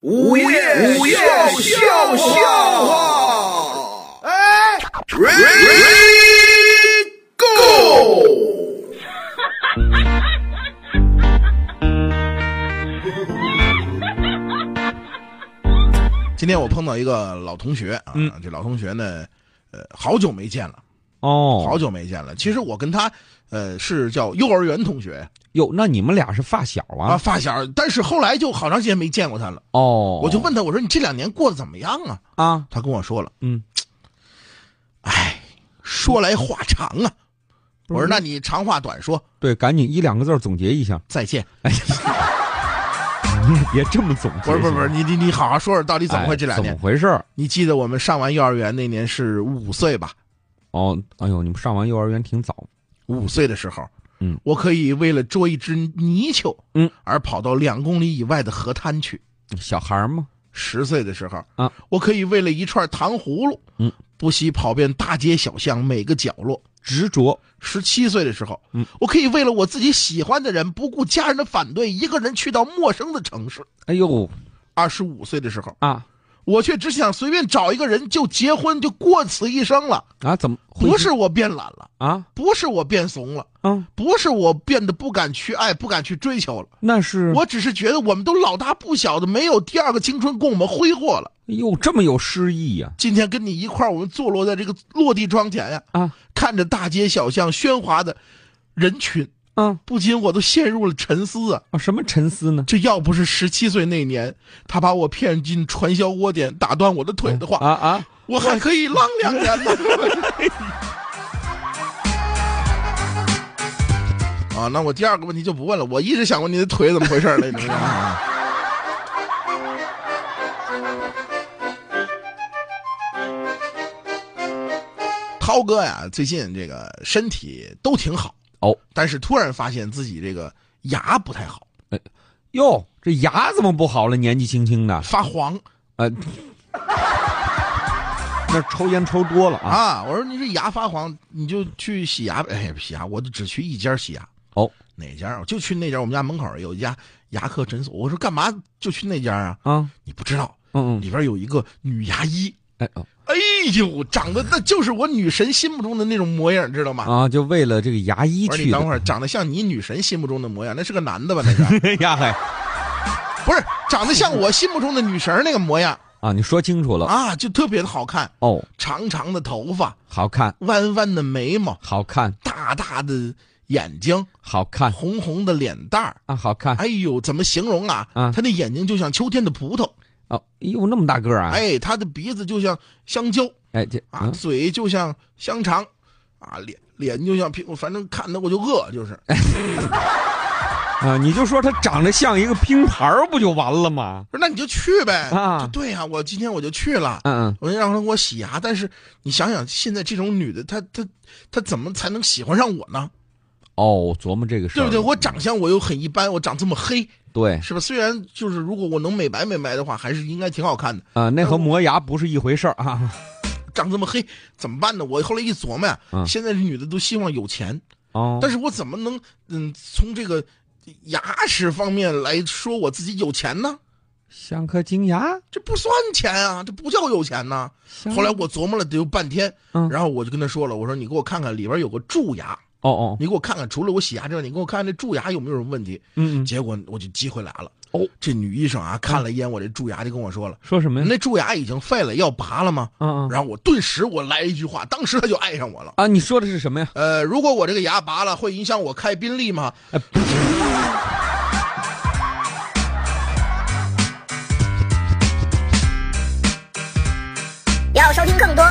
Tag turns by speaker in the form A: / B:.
A: 午夜午夜笑笑话，哎，Ready Go！
B: 今天我碰到一个老同学啊，
C: 嗯
B: 这老同学呢，呃，好久没见了，
C: 哦，
B: 好久没见了。其实我跟他，呃，是叫幼儿园同学
C: 哟，那你们俩是发小
B: 啊，
C: 啊？
B: 发小，但是后来就好长时间没见过他了。
C: 哦，
B: 我就问他，我说你这两年过得怎么样啊？
C: 啊，
B: 他跟我说了，
C: 嗯，
B: 哎，说来话长啊。
C: 嗯
B: 我说那你长话短说，
C: 对，赶紧一两个字儿总结一下。
B: 再见。
C: 哎，你也别这么总
B: 不
C: 结。
B: 是不是不是，
C: 行吗，
B: 你你你好好说说到底怎么
C: 哎
B: 会这两
C: 怎
B: 年
C: 么？回事儿？
B: 你记得我们上完幼儿园那年是五岁吧？
C: 哦，哎呦，你们上完幼儿园挺早。
B: 五岁的时候，
C: 嗯，
B: 我可以为了捉一只泥鳅，
C: 嗯，
B: 而跑到两公里以外的河滩去。
C: 小孩儿嘛，
B: 十岁的时候
C: 啊，
B: 我可以为了一串糖葫芦，
C: 嗯，
B: 不惜跑遍大街小巷每个角落。
C: 执着。
B: 十七岁的时候，
C: 嗯，
B: 我可以为了我自己喜欢的人，不顾家人的反对，一个人去到陌生的城市。
C: 哎呦
B: 二十五岁的时候，
C: 啊
B: 我却只想随便找一个人就结婚，就过此一生了。
C: 啊，怎么
B: 不是我变懒了，
C: 啊？
B: 不是我变怂了。
C: 嗯，
B: 不是我变得不敢去爱、不敢去追求了，
C: 那是
B: 我只是觉得我们都老大不小的，没有第二个青春供我们挥霍了。
C: 哎呦，这么有诗意呀
B: 今天跟你一块儿，我们坐落在这个落地窗前呀、
C: 啊
B: 看着大街小巷喧哗的人群，
C: 啊
B: 不禁我都陷入了沉思啊！
C: 啊！什么沉思呢？
B: 这要不是十七岁那年，他把我骗进传销窝点，打断我的腿的话，
C: 啊啊！
B: 我还可以浪两年呢。 啊，那我第二个问题就不问了。我一直想问你的腿怎么回事儿呢？你知道吗？ 涛哥呀，最近这个身体都挺好
C: 哦，
B: 但是突然发现自己这个牙不太好，
C: 哟，这牙怎么不好了？年纪轻轻的，
B: 发黄
C: 呃，那抽烟抽多了啊。
B: 啊！我说你这牙发黄，你就去洗牙呗。哎，洗牙，我就只去一家洗牙。
C: 哦
B: 哪家？我就去那家，我们家门口有一家牙科诊所。我说干嘛就去那家啊？
C: 啊，
B: 你不知道，
C: 嗯嗯，
B: 里边有一个女牙医，
C: 哎哦
B: 哎呦，长得那就是我女神心目中的那种模样，知道吗？
C: 啊，就为了这个牙医
B: 我说你
C: 去
B: 等
C: 的。
B: 会儿，长得像你女神心目中的模样，那是个男的吧？那 个
C: 哎呀嘿
B: 不是长得像我心目中的女神那个模样
C: 啊，你说清楚了
B: 啊，就特别的好看，
C: 哦，
B: 长长的头发，
C: 好看，
B: 弯弯的眉毛，
C: 好看，
B: 大大的眼睛，
C: 好看
B: 红红的脸蛋儿。
C: 啊，好看
B: 哎呦，怎么形容啊？
C: 啊
B: 他那眼睛就像秋天的葡萄。
C: 哦，哎呦，那么大个儿啊！
B: 哎，他的鼻子就像香蕉
C: 哎这
B: 啊，
C: 啊，
B: 嘴就像香肠，啊，脸脸就像苹果，反正看的我就饿，就是。
C: 哎啊，你就说它长得像一个拼盘儿，不就完了吗？
B: 不是那你就去呗。
C: 啊
B: 就对呀、我今天我就去了，
C: 嗯嗯，
B: 我就让他给我洗牙。但是你想想，现在这种女的，她她她怎么才能喜欢上我呢？
C: 哦，琢磨这个事
B: 对
C: 儿
B: 不
C: 了，
B: 对？我长相我又很一般，我长这么黑，
C: 对
B: 是吧？虽然就是如果我能美白美白的话，还是应该挺好看的。
C: 啊，那和磨牙不是一回事儿啊。
B: 长这么黑怎么办呢？我后来一琢磨呀、
C: 嗯
B: 现在这女的都希望有钱，
C: 哦，
B: 但是我怎么能嗯从这个牙齿方面来说我自己有钱呢？
C: 像颗金牙。
B: 这不算钱啊，这不叫有钱呐、
C: 像
B: 后来我琢磨了得有半天，
C: 啊嗯
B: 然后我就跟他说了，我说你给我看看里边有个蛀牙，
C: 哦哦，
B: 你给我看看，除了我洗牙之外，你给我看看这蛀牙有没有什么问题。
C: 嗯嗯，
B: 结果我就机会来了，
C: 哦，嗯
B: 这女医生啊看了一眼我这蛀牙，就跟我说了，
C: 说什么呀？
B: 那蛀牙已经废了，要拔了吗？
C: 嗯嗯嗯
B: 然后我顿时我来一句话，当时他就爱上我了。
C: 啊，你说的是什么呀？
B: 呃，如果我这个牙拔了，会影响我开宾利吗？
C: 哎
D: 要收听更多